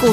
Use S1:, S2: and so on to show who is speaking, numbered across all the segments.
S1: 股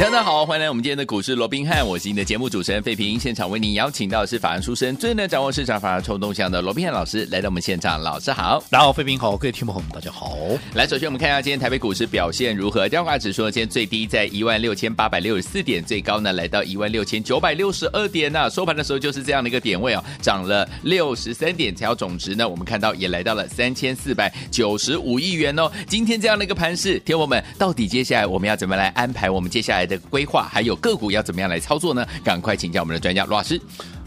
S2: 大家好，欢迎来我们今天的股市罗宾汉，我是你的节目主持人费平。现场为您邀请到的是法案出身、最能掌握市场法案冲动向的罗宾汉老师来到我们现场，老师好。
S3: 大家好，飞平好，各位听众朋友们，大家好。
S2: 来，首先我们看一下今天台北股市表现如何。加挂指数呢，今天最低在16,864点，最高呢来到16,962点呐、收盘的时候就是这样的一个点位哦，涨了63点，才要总值呢，我们看到也来到了3,495亿元哦。今天这样的一个盘势，天友们，到底接下来我们要怎么来安排我们接下来的规划，还有个股要怎么样来操作呢？赶快请教我们的专家罗老师。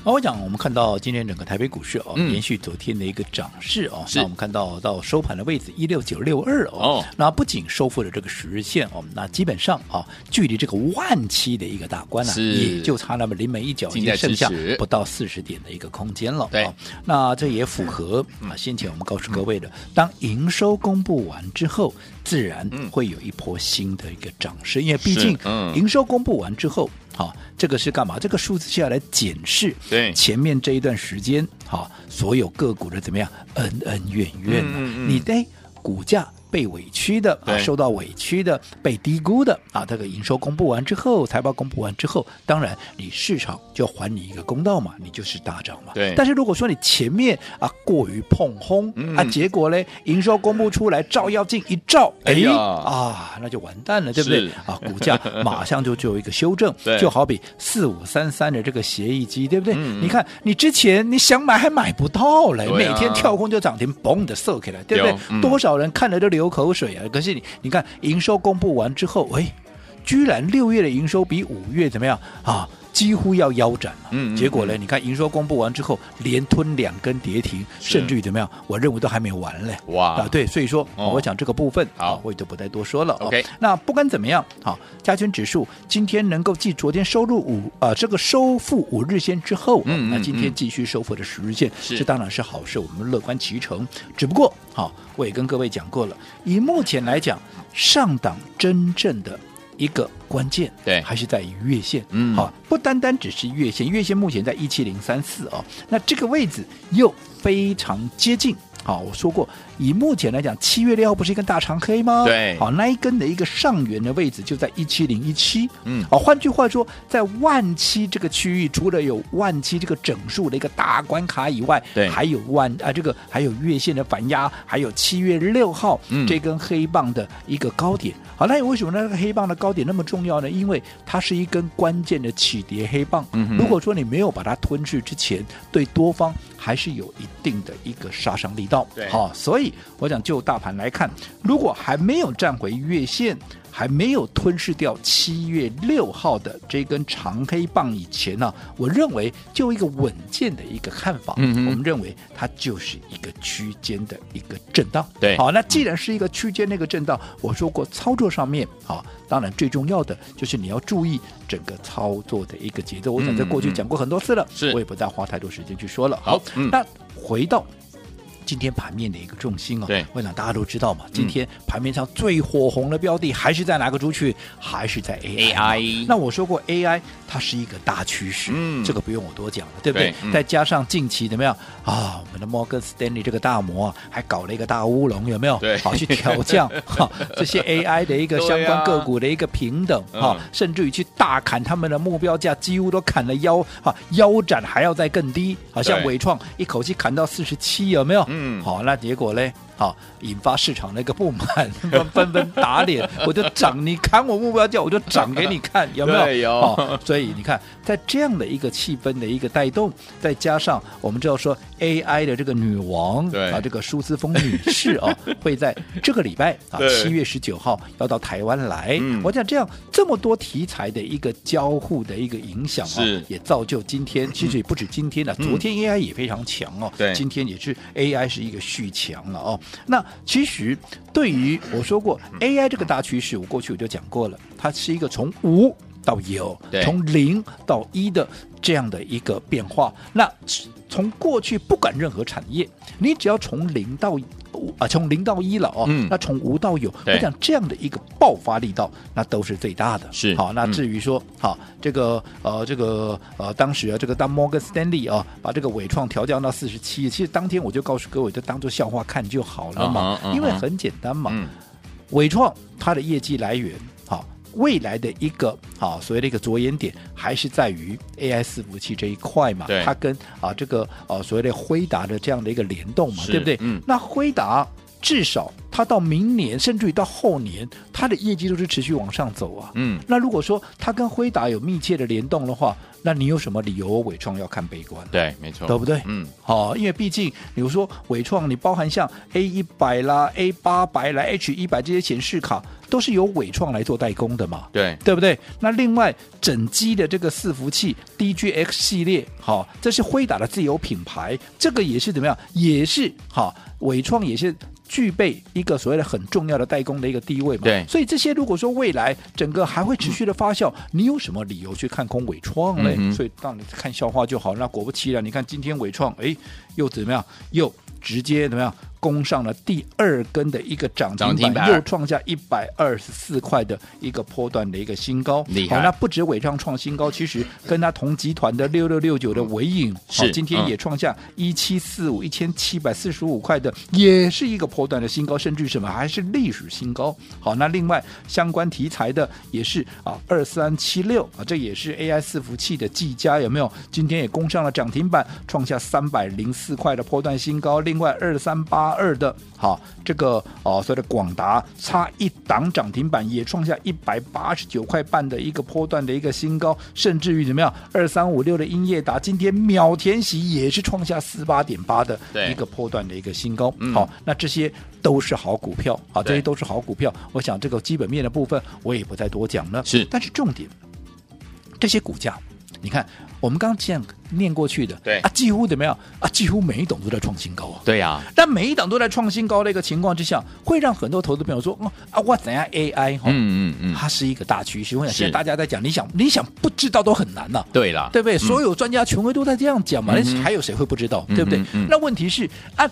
S3: 那我讲，我们看到今天整个台北股市哦，
S2: 嗯
S3: 延续昨天的一个涨势哦。
S2: 是
S3: 那我们看到到收盘的位置一六九六二
S2: 哦
S3: 哦，那不仅收复了这个十日线哦，那基本上啊，距离这个万七的一个大关啊，
S2: 是
S3: 也就差那么临门一脚，
S2: 近
S3: 已
S2: 在
S3: 经剩下
S2: 咫尺
S3: 不到四十点的一个空间了。
S2: 对
S3: 哦，那这也符合啊，先前我们告诉各位的，当营收公布完之后，自然
S2: 嗯
S3: 会有一波新的一个涨势，因为毕竟
S2: 嗯
S3: 营收公布完之后。好，这个是干嘛？这个数字是要来检视
S2: 对
S3: 前面这一段时间，好，所有个股的怎么样恩恩怨怨、啊
S2: 嗯嗯嗯
S3: 你的股价被委屈的啊，
S2: 对
S3: 受到委屈的，被低估的啊，这个营收公布完之后，财报公布完之后，当然你市场就还你一个公道嘛，你就是大涨嘛。
S2: 对
S3: 但是如果说你前面啊过于碰轰、
S2: 嗯
S3: 啊，结果嘞营收公布出来照妖镜一照，哎
S2: 哎呀
S3: 啊，那就完蛋了，对不对
S2: 是？
S3: 啊，股 价马上就就有一个修正
S2: 对，
S3: 就好比四五三三的这个协议机，对不对？
S2: 嗯
S3: 你看你之前你想买还买不到嘞，
S2: 对
S3: 每
S2: 啊
S3: 天跳空就涨停，嘣的射起来，对不
S2: 有
S3: 对？
S2: 嗯
S3: 多少人看了都流口水啊！可是你你看营收公布完之后，喂，居然六月的营收比五月怎么样啊？几乎要腰斩了、
S2: 嗯嗯
S3: 结果呢？你看营收公布完之后，连吞两根跌停，
S2: 是
S3: 甚至于怎么样？我认为都还没完嘞。
S2: 哇
S3: 啊，对，所以说、
S2: 哦
S3: 我讲这个部分，
S2: 好
S3: 啊我也就不再多说了。哦
S2: OK
S3: 那不管怎么样，好，加权指数今天能够继昨天收入五啊、这个收复五日线之后，啊
S2: 嗯嗯
S3: 那今
S2: 嗯
S3: 天继续收复的十日线，
S2: 是
S3: 这当然是好事，我们乐观其成。只不过，好，我也跟各位讲过了，以目前来讲，上档真正的一个关键，
S2: 对
S3: 还是在于月线，
S2: 嗯
S3: 好，不单单只是月线，月线目前在一七零三四哦，那这个位置又非常接近。好，我说过，以目前来讲，七月六号不是一根大长黑吗？
S2: 对
S3: 好，那一根的一个上缘的位置就在一七零一七。
S2: 嗯
S3: 好，换句话说，在万七这个区域，除了有万七这个整数的一个大关卡以外，
S2: 对
S3: 还有万啊这个还有月线的反压，还有七月六号、
S2: 嗯
S3: 这根黑棒的一个高点。好，那为什么那个黑棒的高点那么重要呢？因为它是一根关键的起跌黑棒。
S2: 嗯哼
S3: 如果说你没有把它吞去之前，对多方还是有一定的一个杀伤力道。
S2: 对
S3: 好、所以我想就大盘来看，如果还没有站回月线，还没有吞噬掉七月六号的这根长黑棒以前呢、我认为就一个稳健的一个看法，
S2: 嗯哼
S3: 我们认为它就是一个区间的一个震荡。
S2: 对
S3: 好，那既然是一个区间那个震荡，我说过操作上面，好，当然最重要的就是你要注意整个操作的一个节奏。我想在过去讲过很多次了，
S2: 嗯是
S3: 我也不再花太多时间去说了。
S2: 好嗯
S3: 那回到。今天盘面的一个重心哦，
S2: 对嗯
S3: 我想大家都知道嘛，今天盘面上最火红的标的还是在哪个族群？还是在 AI 嘛。
S2: AI
S3: 那我说过 AI 它是一个大趋势，
S2: 嗯
S3: 这个不用我多讲了，对不对？
S2: 对嗯
S3: 再加上近期怎么样啊？我们的摩根斯丹利这个大魔啊，还搞了一个大乌龙，有没有？
S2: 对
S3: 好去 调降哈、这些 AI 的一个相
S2: 对啊
S3: 关个股的一个平等哈、
S2: 嗯
S3: 甚至于去大砍他们的目标价，几乎都砍了腰啊腰斩，还要再更低，好像
S2: 对
S3: 伟创一口气砍到四十七，有没有？
S2: 嗯
S3: 好，那结果嘞？好，引发市场的一个 不满，纷纷打脸。 我就涨，你砍我目标价，我就涨给 你看，有没有？
S2: 对有
S3: 哦所以你看，在这样的一个气氛的一个带动，再加上我们知道说 AI 的这个女王
S2: 对
S3: 啊，这个舒斯峰女 士啊，会在这个礼拜啊
S2: 对
S3: 七月十九号要到台湾来。
S2: 嗯
S3: 我想这样这么多题材的一个交互的一个影响啊
S2: 是，
S3: 也造就今天，其实也不止今天了、
S2: 嗯
S3: 昨天 AI 也非常强哦。
S2: 对
S3: 今天也是 AI 是一个续强了哦。那其实对于我说过 AI 这个大趋势，我过去我就讲过了，它是一个从无到有
S2: 对，
S3: 从零到一的这样的一个变化。那从过去不管任何产业，你只要从零到五啊，从零到一了哦，
S2: 嗯
S3: 那从无到有，
S2: 对
S3: 我讲这样的一个爆发力道，那都是最大的。
S2: 是
S3: 好，那
S2: 嗯
S3: 至于说，好这个呃这个呃当时啊这个当摩根 Stanley 啊把这个伟创调降到四十七，其实当天我就告诉各位，就当做笑话看就好了嘛
S2: 嗯哼嗯哼
S3: 因为很简单嘛，
S2: 嗯，
S3: 伟创它的业绩来源，好，未来的一个好所谓的一个着眼点，还是在于 AI 伺服器这一块嘛
S2: 对，
S3: 它跟啊这个呃所谓的辉达的这样的一个联动嘛，
S2: 是
S3: 对不对？
S2: 嗯
S3: 那辉达。至少它到明年，甚至于到后年，它的业绩都是持续往上走啊。
S2: 嗯，
S3: 那如果说它跟辉达有密切的联动的话，那你有什么理由伟创要看悲观？
S2: 对，没错，
S3: 对不对
S2: 嗯，
S3: 哦，因为毕竟比如说伟创，你包含像 A 一百啦、A 八百啦、H 一百这些显示卡，都是由伟创来做代工的嘛。
S2: 对，
S3: 对不对？那另外整机的这个伺服器 DGX 系列，好、这是辉达的自有品牌，这个也是怎么样？也是好、伟创也是具备一个所谓的很重要的代工的一个地位嘛。
S2: 对
S3: 所以这些如果说未来整个还会持续的发酵，你有什么理由去看空伟创呢？
S2: 嗯哼
S3: 所以让你看笑话就好。那果不其然，你看今天伟创，哎，又怎么样？又直接怎么样？攻上了第二根的一个涨
S2: 涨停
S3: 停
S2: 板
S3: 板，又创下一百二十四块的一个波段的一个新高。
S2: 厉害
S3: 好，那不止伟创创新高，其实跟它同集团的六六六九的伟影，好
S2: 是，
S3: 今天也创下一七四五一千七百四十五块的，也是一个波段的新高，甚至于什么还是历史新高。好，那另外相关题材的也是啊二三七六啊，这也是 AI 伺服器的技嘉有没有？今天也攻上了涨停板，创下三百零四块的波段新高。另外二三八二的，好这个哦、所谓的广达差一档涨停板也创下一百八十九块半的一个波段的一个新高，甚至于怎么样？二三五六的英业达今天秒填息也是创下四八点八的
S2: 对
S3: 一个波段的一个新高。
S2: 嗯
S3: 好，那这些都是好股票啊，这
S2: 对
S3: 些都是好股票。我想这个基本面的部分我也不再多讲了。
S2: 是
S3: 但是重点，这些股价，你看我们刚刚这样念过去的，
S2: 对
S3: 啊，几乎怎么样啊？几乎每一档都在创新高啊。
S2: 对呀，
S3: 但每一档都在创新高的一个情况之下，会让很多投资朋友说：“哦啊，我怎样 AI 哈、
S2: 嗯嗯嗯，
S3: 它是一个大趋势。”我想
S2: 是
S3: 现在大家在讲，你想你想不知道都很难呐、
S2: 对啦，
S3: 对不对？
S2: 嗯
S3: 所有专家权威都在这样讲嘛，
S2: 嗯
S3: 那
S2: 哼
S3: 还有谁会不知道？
S2: 嗯哼
S3: 对不对
S2: 嗯？
S3: 那问题是啊，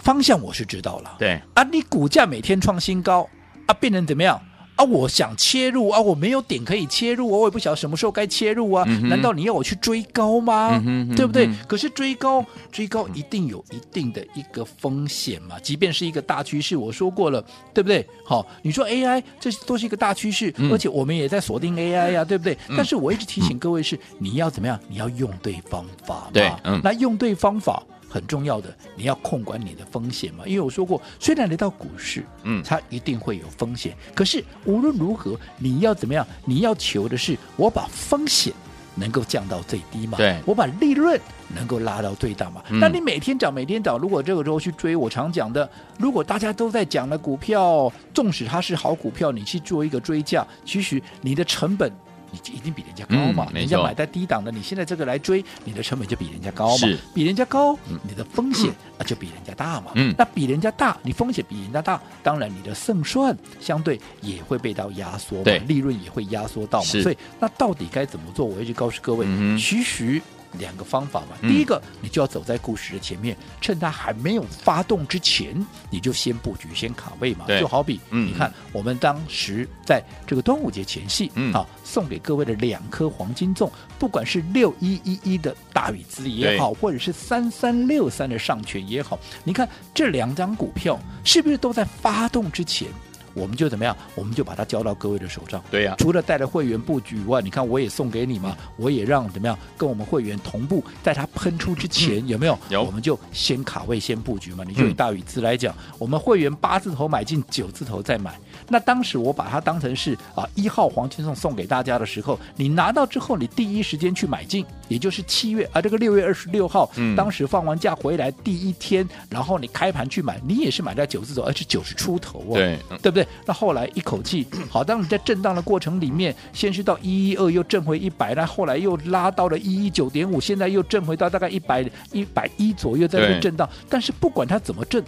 S3: 方向我是知道了，
S2: 对
S3: 啊，你股价每天创新高啊，变成怎么样？啊，我想切入啊，我没有点可以切入啊，我也不晓得什么时候该切入啊。
S2: 嗯哼
S3: 难道你要我去追高吗？
S2: 嗯哼嗯哼
S3: 对不对
S2: 嗯？
S3: 可是追高，追高一定有一定的一个风险嘛。即便是一个大趋势，我说过了，对不对？好，你说 AI 这都是一个大趋势，
S2: 嗯
S3: 而且我们也在锁定 AI 呀、对不对？但是我一直提醒各位是，你要怎么样？你要用对方法嘛。
S2: 对嗯
S3: 那用对方法很重要的，你要控管你的风险嘛。因为我说过，虽然来到股市，
S2: 嗯
S3: 它一定会有风险，可是无论如何，你要怎么样？你要求的是我把风险。能够降到最低嘛？
S2: 对
S3: 我把利润能够拉到最大嘛？
S2: 嗯
S3: 那你每天涨，每天涨，如果这个时候去追，我常讲的，如果大家都在讲的股票，纵使它是好股票，你去做一个追价，其实你的成本。你一定比人家高嘛？
S2: 嗯没
S3: 人家
S2: 错
S3: 买在低档的，你现在这个来追，你的成本就比人家高嘛
S2: 是？
S3: 比人家高，你的风险啊就比人家大嘛？
S2: 嗯
S3: 那比人家大，你风险比人家大，当然你的胜算相对也会被到压缩嘛
S2: 对，
S3: 利润也会压缩到嘛。
S2: 是
S3: 所以那到底该怎么做？我一直告诉各位，
S2: 嗯哼
S3: 其实。两个方法嘛，
S2: 嗯
S3: 第一个你就要走在故事的前面，趁它还没有发动之前，你就先布局、先卡位嘛。
S2: 对
S3: 就好比
S2: 嗯
S3: 你看，我们当时在这个端午节前夕，
S2: 嗯
S3: 啊，送给各位的两颗黄金粽，不管是六一一一的大禹资
S2: 对
S3: 也好，或者是三三六三的上权也好，你看这两张股票是不是都在发动之前，我们就怎么样，我们就把它交到各位的手上。
S2: 对呀，
S3: 除了带着会员布局以外，你看我也送给你
S2: 嗯
S3: 嘛，我也让怎么样跟我们会员同步，在它喷出之前、有没有？
S2: 嗯有
S3: 我们就先卡位先布局嘛。你就以
S2: 嗯
S3: 大禹资来讲，我们会员八字头买进，九字头再买。那当时我把它当成是啊一号黄金送送给大家的时候，你拿到之后，你第一时间去买进，也就是七月啊这个六月二十六号，
S2: 嗯
S3: 当时放完假回来第一天，然后你开盘去买，你也是买在九字头，而且九十出头哦。
S2: 对，嗯
S3: 对不对？那后来一口气，好，当你在震荡的过程里面，先是到一一二，又震回一百，那后来又拉到了一一九点五，现在又震回到大概一百一百一左右，在这
S2: 对
S3: 边震荡。但是不管它怎么震。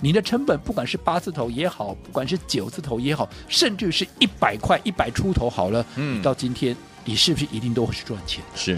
S3: 你的成本不管是八字头也好，不管是九字头也好，甚至是一百块、一百出头好了，
S2: 嗯
S3: 你到今天你是不是一定都会是赚钱？
S2: 是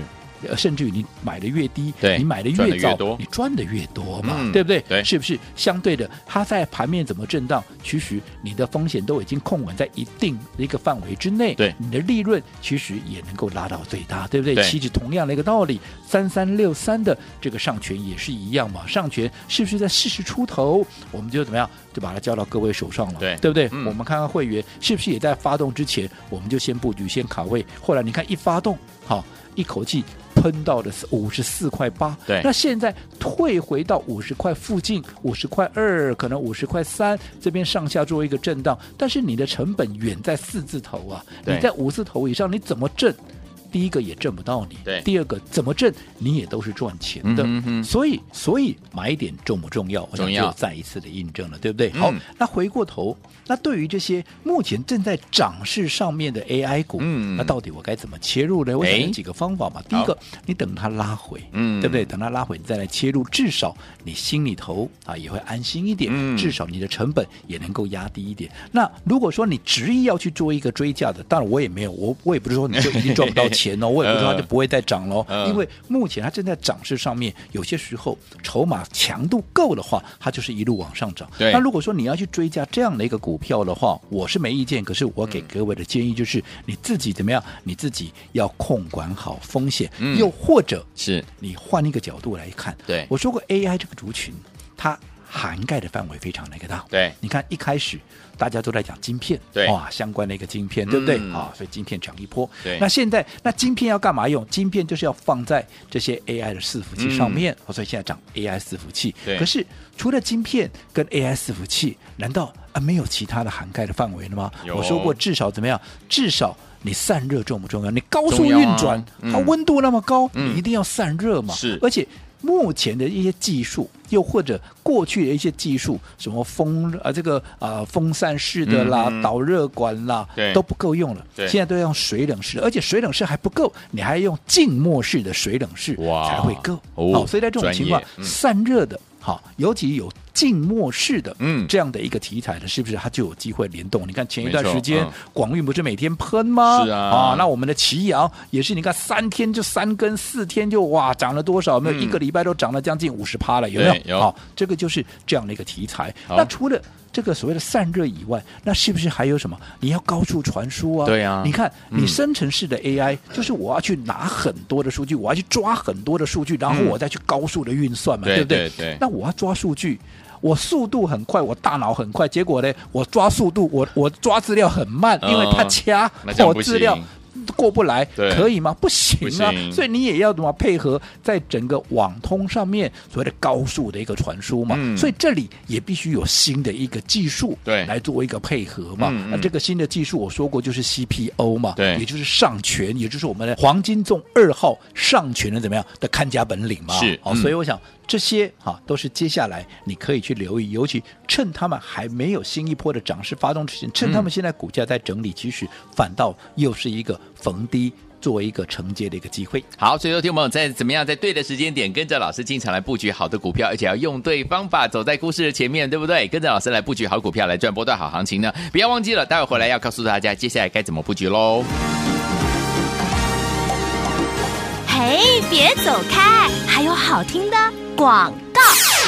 S3: 呃甚至于你买的越低，
S2: 对
S3: 你买的
S2: 赚得
S3: 越
S2: 越
S3: 早，
S2: 多
S3: 你赚的越多嘛，
S2: 嗯
S3: 对不对？
S2: 对
S3: 是不是？相对的，它在盘面怎么震荡，其实你的风险都已经控稳在一定的一个范围之内，
S2: 对
S3: 你的利润其实也能够拉到最大，对不对？
S2: 对
S3: 其实同样的一个道理，三三六三的这个上权也是一样嘛，上权是不是在四十出头，我们就怎么样就把它交到各位手上了，
S2: 对
S3: 不对？
S2: 嗯
S3: 我们看看会员是不是也在发动之前，我们就先布局、先卡位。后来你看一发动，好，一口气喷到了五十四块八，
S2: 对
S3: 那现在退回到五十块附近，五十块二，可能五十块三这边上下做一个震荡，但是你的成本远在四字头啊，
S2: 对
S3: 你在五字头以上，你怎么挣？第一个也挣不到你，
S2: 对
S3: 第二个怎么挣你也都是赚钱的，
S2: 嗯哼哼
S3: 所以所以买点重不重要？我想
S2: 重要
S3: 就再一次的印证了，对不对？
S2: 嗯
S3: 好，那回过头，那对于这些目前正在涨势上面的 AI 股，
S2: 嗯
S3: 那到底我该怎么切入呢？我想
S2: 哎
S3: 有几个方法嘛。第一个，你等它拉回，
S2: 嗯
S3: 对不对？等它拉回，你再来切入，至少你心里头啊也会安心一点，
S2: 嗯
S3: 至少你的成本也能够压低一点。那如果说你执意要去做一个追价的，当然我也没有，我我也不是说你就一定赚不到钱哦，我也不是说它就不会再涨 喽，
S2: 嗯
S3: 因为目前它正在涨势上面，有些时候筹码强度够的话，它就是一路往上涨。
S2: 对
S3: 那如果说你要去追加这样的一个股票的话，我是没意见。可是我
S2: 嗯
S3: 给各位的建议就是，你自己怎么样？你自己要控管好风险，
S2: 嗯
S3: 又或者
S2: 是
S3: 你换一个角度来看，
S2: 对
S3: 我说过 AI 这个族群，它涵盖的范围非常的一个大。
S2: 对
S3: 你看一开始大家都在讲晶片，
S2: 对
S3: 哇，相关的一个晶片，对不对？啊、
S2: 嗯
S3: 所以晶片涨一波。
S2: 对
S3: 那现在那晶片要干嘛用？晶片就是要放在这些 AI 的伺服器上面，哦所以现在涨 AI 伺服器。
S2: 嗯对
S3: 可是除了晶片跟 AI 伺服器，难道啊没有其他的涵盖的范围了吗？
S2: 有
S3: 我说过，至少怎么样？至少。你散热重不重要？你高速
S2: 重要啊
S3: 运转，
S2: 嗯
S3: 它温度那么高，
S2: 嗯
S3: 你一定要散热嘛。
S2: 是
S3: 而且目前的一些技术，又或者过去的一些技术，什么风啊这个啊、风扇式的啦、
S2: 嗯嗯
S3: 导热管啦
S2: 对，
S3: 都不够用了。
S2: 对
S3: 现在都要用水冷式的，而且水冷式还不够，你还要用静默式的水冷式
S2: 哇
S3: 才会够。
S2: 哦
S3: 好所以在这种
S2: 专
S3: 情况
S2: 业，嗯
S3: 散热的，好，尤其有静默式的，
S2: 嗯
S3: 这样的一个题材呢，是不是它就有机会联动？你看前一段
S2: 没错
S3: 时间
S2: 嗯，
S3: 广运不是每天喷吗？
S2: 是啊
S3: 那我们的奇阳也是，你看三天就三根，四天就哇涨了多少？有没有
S2: 嗯
S3: 一个礼拜都涨了将近五十趴了？有没有
S2: 对？有
S3: 好，这个就是这样的一个题材。
S2: 好
S3: 那除了这个所谓的散热以外，那是不是还有什么？你要高速传输啊？
S2: 对啊
S3: 你看
S2: 嗯
S3: 你生成式的 AI，、就是我要去拿很多的数据，我要去抓很多的数据，然后
S2: 嗯
S3: 我再去高速的运算嘛，
S2: 对
S3: 不对？
S2: 对对
S3: 那我要抓数据。我速度很快，我大脑很快，结果呢，我抓速度，我我抓资料很慢，
S2: 嗯
S3: 因为它掐
S2: 那这样不
S3: 我资料
S2: 行
S3: 过不来，
S2: 对
S3: 可以吗？不行啊！
S2: 不行
S3: 所以你也要怎么配合在整个网通上面所谓的高速的一个传输嘛？
S2: 嗯
S3: 所以这里也必须有新的一个技术
S2: 对
S3: 来作为一个配合嘛。
S2: 嗯嗯
S3: 那这个新的技术我说过就是 CPO 嘛，
S2: 对
S3: 也就是上权，也就是我们的黄金纵二号上权的怎么样的看家本领嘛。
S2: 是
S3: 好、
S2: 嗯
S3: 哦所以我想这些哈、都是接下来你可以去留意，尤其趁他们还没有新一波的涨势发动之前，趁
S2: 嗯
S3: 他们现在股价在整理，其实反倒又是一个逢低作为一个承接的一个机会。
S2: 好，所以说听众朋友在怎么样在对的时间点跟着老师进场来布局好的股票，而且要用对方法，走在故事的前面，对不对？跟着老师来布局好股票，来赚波段好行情呢。不要忘记了，待会回来要告诉大家接下来该怎么布局喽。
S1: 嘿，别走开，还有好听的广告。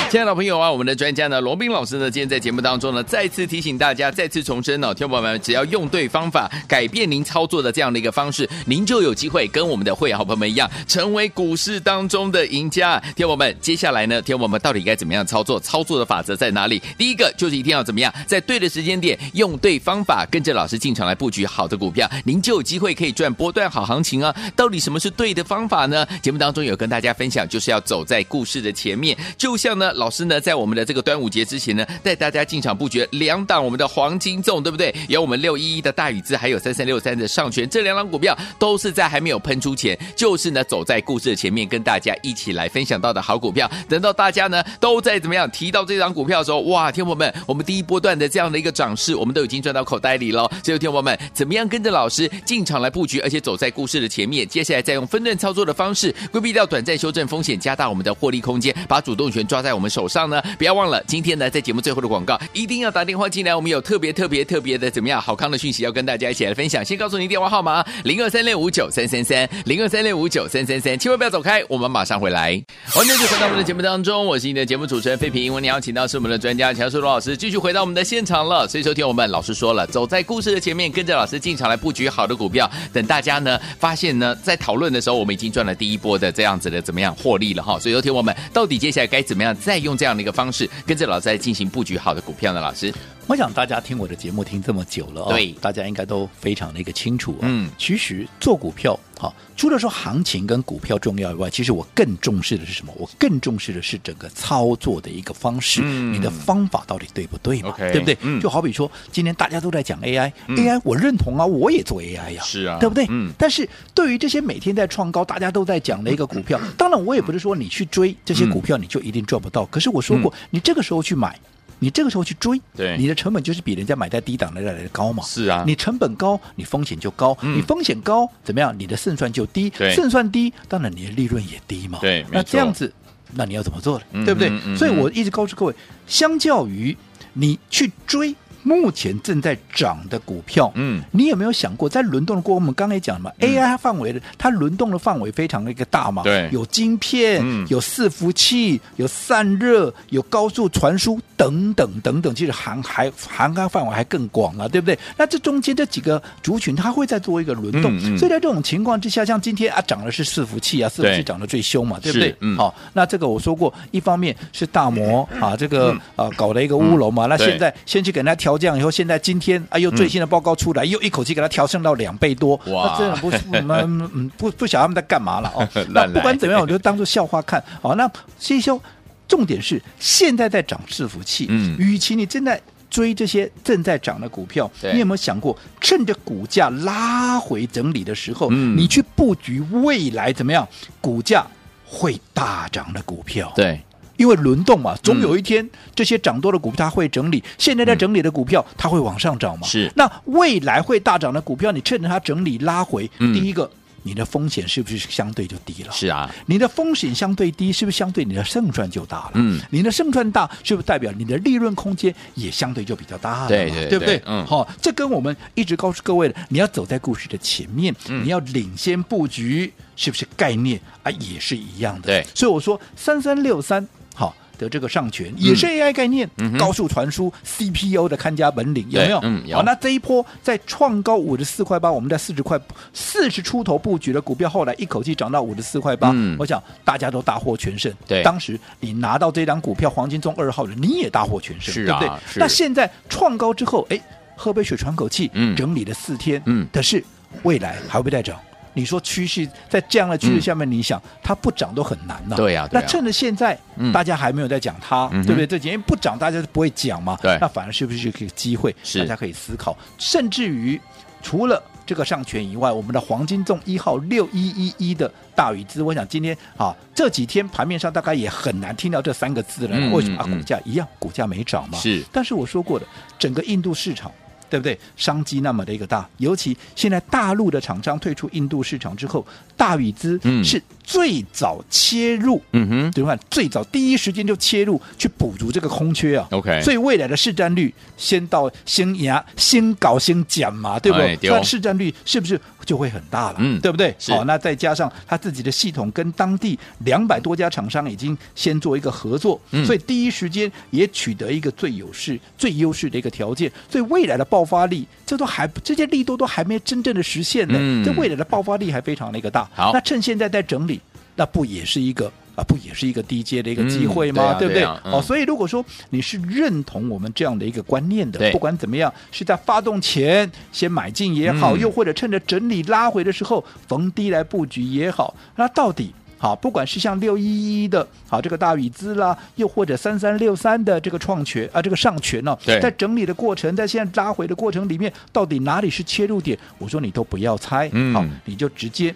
S2: 亲爱的朋友啊，我们的专家呢，罗斌老师呢，今天在节目当中呢，再次提醒大家，再次重申哦，听众朋友们，只要用对方法，改变您操作的这样的一个方式，您就有机会跟我们的会员好朋友们一样，成为股市当中的赢家。听众朋友们，接下来呢，听众朋友们到底该怎么样操作？操作的法则在哪里？第一个就是一定要怎么样，在对的时间点，用对方法，跟着老师进场来布局好的股票，您就有机会可以赚波段好行情啊。到底什么是对的方法呢？节目当中有跟大家分享，就是要走在故事的前面，就像呢，老师呢在我们的这个端午节之前呢，带大家进场布局两档我们的黄金粽，对不对？有我们六一一的大禹资，还有三三六三的上权，这两档股票都是在还没有喷出前，就是呢走在故事的前面，跟大家一起来分享到的好股票。等到大家呢都在怎么样提到这档股票的时候，哇，天友们，我们第一波段的这样的一个涨势，我们都已经赚到口袋里了。所以，天友们，怎么样跟着老师进场来布局，而且走在故事的前面？接下来再用分段操作的方式，规避掉短暂修正风险，加大我们的获利空间，把主动权抓在我们。们手上呢？不要忘了，今天呢在节目最后的广告一定要打电话进来，我们有特别特别特别的怎么样好康的讯息要跟大家一起来分享。先告诉您电话号码：零二三六五九三三三，零二三六五九三三三，千万不要走开，我们马上回来。欢迎继续回到我们的节目当中，我是你的节目主持人费平。我们邀请到是我们的专家乔树罗老师，继续回到我们的现场了。所以，收听我们老师说了，走在故事的前面，跟着老师进场来布局好的股票。等大家呢发现呢，在讨论的时候，我们已经赚了第一波的这样子的怎么样获利了哈。所以，收听我们到底接下来该怎么样再用这样的一个方式，跟着老师来进行布局好的股票呢？老师，
S3: 我想大家听我的节目听这么久了、哦，
S2: 对
S3: 大家应该都非常的一个清楚、哦。
S2: 嗯
S3: 其实做股票，好，除了说行情跟股票重要以外，其实我更重视的是什么？我更重视的是整个操作的一个方式，
S2: 嗯
S3: 你的方法到底对不对嘛
S2: OK，
S3: 对不对？
S2: 嗯
S3: 就好比说，今天大家都在讲 AI，AI、
S2: 嗯
S3: 我认同啊，我也做 AI 呀、
S2: 是啊
S3: 对不对？
S2: 嗯
S3: 但是对于这些每天在创高，大家都在讲的一个股票，
S2: 嗯
S3: 当然我也不是说你去追这些股票你就一定赚不到，可是我说过，你这个时候去买。你这个时候去追，
S2: 嗯对
S3: 你的成本就是比人家买在低档的来来的高嘛。
S2: 是啊
S3: 你成本高，你风险就高，
S2: 嗯
S3: 你风险高怎么样？你的胜算就低
S2: 对，
S3: 胜算低，当然你的利润也低嘛。
S2: 对没
S3: 那
S2: 错
S3: 这样子，那你要怎么做呢？
S2: 嗯
S3: 对不对？
S2: 嗯嗯
S3: 所以我一直告诉各位，相较于你去追目前正在涨的股票，
S2: 嗯，
S3: 你有没有想过，在轮动的过，我们刚才也讲了嘛、
S2: 嗯
S3: a i 它范围的，它轮动的范围非常的一个大嘛，
S2: 对
S3: 有晶片，
S2: 嗯
S3: 有伺服器，有散热，有高速传输等等等等，其实涵还涵盖范围还更广了、对不对？那这中间这几个族群，它会再做一个轮动，
S2: 嗯嗯
S3: 所以在这种情况之下，像今天啊涨的是伺服器啊，伺服
S2: 对
S3: 器涨得最凶嘛，对不对
S2: 是？嗯
S3: 好、那这个我说过，一方面是大摩啊，这个啊搞了一个乌龙嘛，那
S2: 嗯对
S3: 现在先去给它调降，以后现在今天啊又最新的报告出来，又一口气给它调升到两倍多，
S2: 哇。
S3: 那真的不是我们嗯不不晓得他们在干嘛了哦 那
S2: 乱来
S3: 不管怎么样，我就当做笑话看。好，那谢修，重点是现在在涨伺服器，
S2: 嗯
S3: 与其你正在。追这些正在涨的股票，
S2: 对
S3: 你有没有想过，趁着股价拉回整理的时候，
S2: 嗯
S3: 你去布局未来怎么样？股价会大涨的股票，
S2: 对，
S3: 因为轮动嘛，总有一天、这些涨多的股票它会整理，现在在整理的股票、它会往上涨嘛。
S2: 是
S3: 那未来会大涨的股票，你趁着它整理拉回，
S2: 嗯
S3: 第一个你的风险是不是相对就低了？
S2: 是啊，
S3: 你的风险相对低，是不是相对你的胜算就大了？
S2: 嗯
S3: 你的胜算大，是不是代表你的利润空间也相对就比较大了嘛？
S2: 对对
S3: 对不对
S2: 对？嗯
S3: 好、这跟我们一直告诉各位的，你要走在故事的前面，
S2: 嗯
S3: 你要领先布局，是不是概念啊也是一样的？
S2: 对
S3: 所以我说三三六三好。的这个上权也是 AI 概念，
S2: 嗯哼
S3: 高速传输 CPU 的看家本领有没有？
S2: 对嗯有
S3: 好，那这一波在创高五十四块八，我们在四十块四十出头布局的股票，后来一口气涨到五十四块八、
S2: 嗯
S3: 我想大家都大获全胜。
S2: 对
S3: 当时你拿到这张股票黄金中二号的，你也大获全胜，
S2: 是
S3: 对
S2: 啊
S3: 不对？
S2: 是
S3: 那现在创高之后，哎，喝杯水喘口气，
S2: 嗯
S3: 整理了四天，
S2: 嗯
S3: 可是未来还会不会再涨？你说趋势在这样的趋势下面，你想它不涨都很难
S2: 嗯
S3: 呐、
S2: 对呀啊对
S3: 那
S2: 呀
S3: 趁着现在、
S2: 嗯
S3: 大家还没有在讲它，
S2: 嗯哼
S3: 对不对？这几天不涨，大家就不会讲嘛。
S2: 对
S3: 那反而是不是一个机会？
S2: 是
S3: 大家可以思考，甚至于除了。这个上权以外，我们的黄金重一号六一一一的大禹资，我想今天啊这几天盘面上大概也很难听到这三个字了。
S2: 嗯
S3: 为什么啊？
S2: 嗯嗯
S3: 股价一样，股价没涨嘛。
S2: 是
S3: 但是我说过的，整个印度市场。对不对？商机那么的一个大，尤其现在大陆的厂商退出印度市场之后，大禹资
S2: 嗯
S3: 是最早切入，
S2: 嗯哼，
S3: 对吧？最早第一时间就切入去补足这个空缺啊。
S2: OK
S3: 所以未来的市占率先到先牙先搞先讲嘛，对不
S2: 哎
S3: 对？
S2: 对哦
S3: 那市占率是不是就会很大了？
S2: 嗯
S3: 对不对？
S2: 是
S3: 好，那再加上他自己的系统跟当地两百多家厂商已经先做一个合作，
S2: 嗯
S3: 所以第一时间也取得一个最有势、最优势的一个条件，所以未来的爆发力，这都还这些力度都还没真正的实现呢，
S2: 嗯
S3: 这未来的爆发力还非常的一个大。
S2: 好
S3: 那趁现在在整理，那不也是一个？啊，不也是一个低阶的一个机会吗？
S2: 嗯对啊
S3: 对不
S2: 对
S3: 对？
S2: 啊嗯
S3: 哦，所以如果说你是认同我们这样的一个观念
S2: 对
S3: 的，不管怎么样，是在发动前先买进也好，
S2: 嗯
S3: 又或者趁着整理拉回的时候逢低来布局也好，那到底？好，不管是像六一一的，好这个大禹资啦，又或者三三六三的这个创权啊，这个上权呢、
S2: 对
S3: 在整理的过程，在现在拉回的过程里面，到底哪里是切入点？我说你都不要猜，
S2: 嗯
S3: 好，你就直接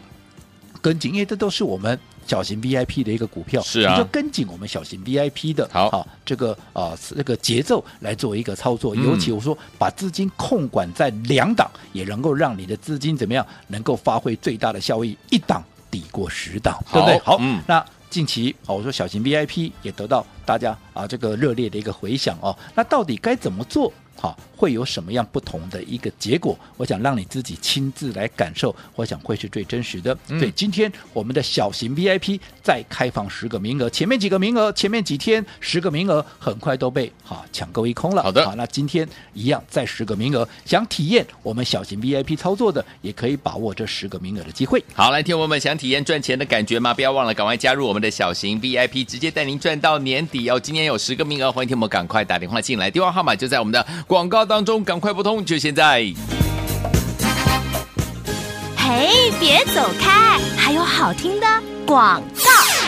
S3: 跟紧，因为这都是我们小型 VIP 的一个股票，
S2: 是啊
S3: 你就跟紧我们小型 VIP 的，
S2: 好
S3: 这个啊、这个节奏来做一个操作，
S2: 嗯
S3: 尤其我说把资金控管在两档，也能够让你的资金怎么样，能够发挥最大的效益，一档抵过十档，对不对？
S2: 好
S3: 好，
S2: 嗯
S3: 那。近期哦，我说小型 VIP 也得到大家啊这个热烈的一个回响哦。那到底该怎么做？好，会有什么样不同的一个结果？我想让你自己亲自来感受，我想会是最真实的。
S2: 嗯
S3: 所以今天我们的小型 VIP 再开放十个名额，前面几个名额，前面几天十个名额很快都被哈抢购一空了。
S2: 好的
S3: 好，那今天一样再十个名额，想体验我们小型 VIP 操作的，也可以把握这十个名额的机会。
S2: 好，来，听我们想体验赚钱的感觉吗？不要忘了赶快加入我们的小型 VIP，直接带您赚到年底哦。今天有十个名额，欢迎听我们赶快打电话进来，电话号码就在我们的广告当中，赶快拨通，就现在。
S1: 嘿，别走开，还有好听的广告。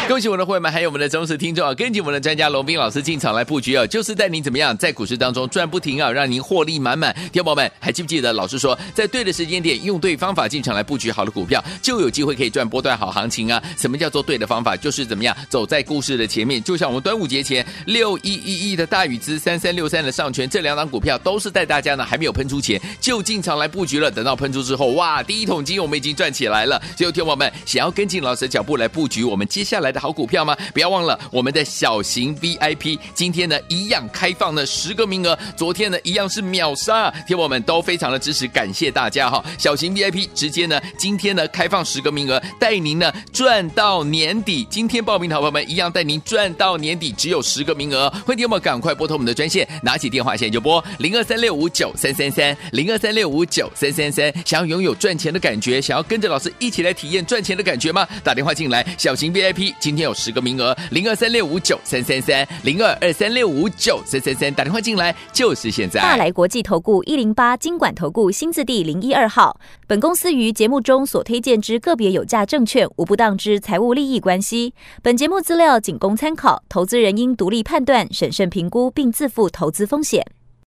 S2: 恭喜我们的会员们，还有我们的忠实听众啊！跟紧我们的专家龙斌老师进场来布局啊，就是带您怎么样在股市当中赚不停啊，让您获利满满。听众朋友们，还记不记得老师说，在对的时间点，用对方法进场来布局好的股票，就有机会可以赚波段好行情啊！什么叫做对的方法？就是怎么样走在故事的前面。就像我们端午节前六一一一的大禹资、三三六三的上权这两档股票，都是带大家呢还没有喷出前就进场来布局了。等到喷出之后，哇，第一桶金我们已经赚起来了。所以，听众朋友们，想要跟进老师的脚步来布局我们接下来的好股票吗？不要忘了我们的小型 VIP，今天呢一样开放呢十个名额，昨天呢一样是秒杀，听我们都非常的支持，感谢大家哈、小型 VIP 直接呢今天呢开放十个名额，带您呢赚到年底。今天报名的好朋友们一样带您赚到年底，只有十个名额，会天我们赶快拨通我们的专线，拿起电话现在就拨零二三六五九三三三零二三六五九三三三。想要拥有赚钱的感觉，想要跟着老师一起来体验赚钱的感觉吗？打电话进来，小型 VIP 今天有十个名额，零二三六五九三三三零二二三六五九三三三，打电话进来就是现在。
S4: 大来国际投顾一零八金管投顾新字第零一二号。本公司于节目中所推荐之个别有价证券，无不当之财务利益关系。本节目资料仅供参考，投资人应独立判断、审慎评估，并自负投资风险。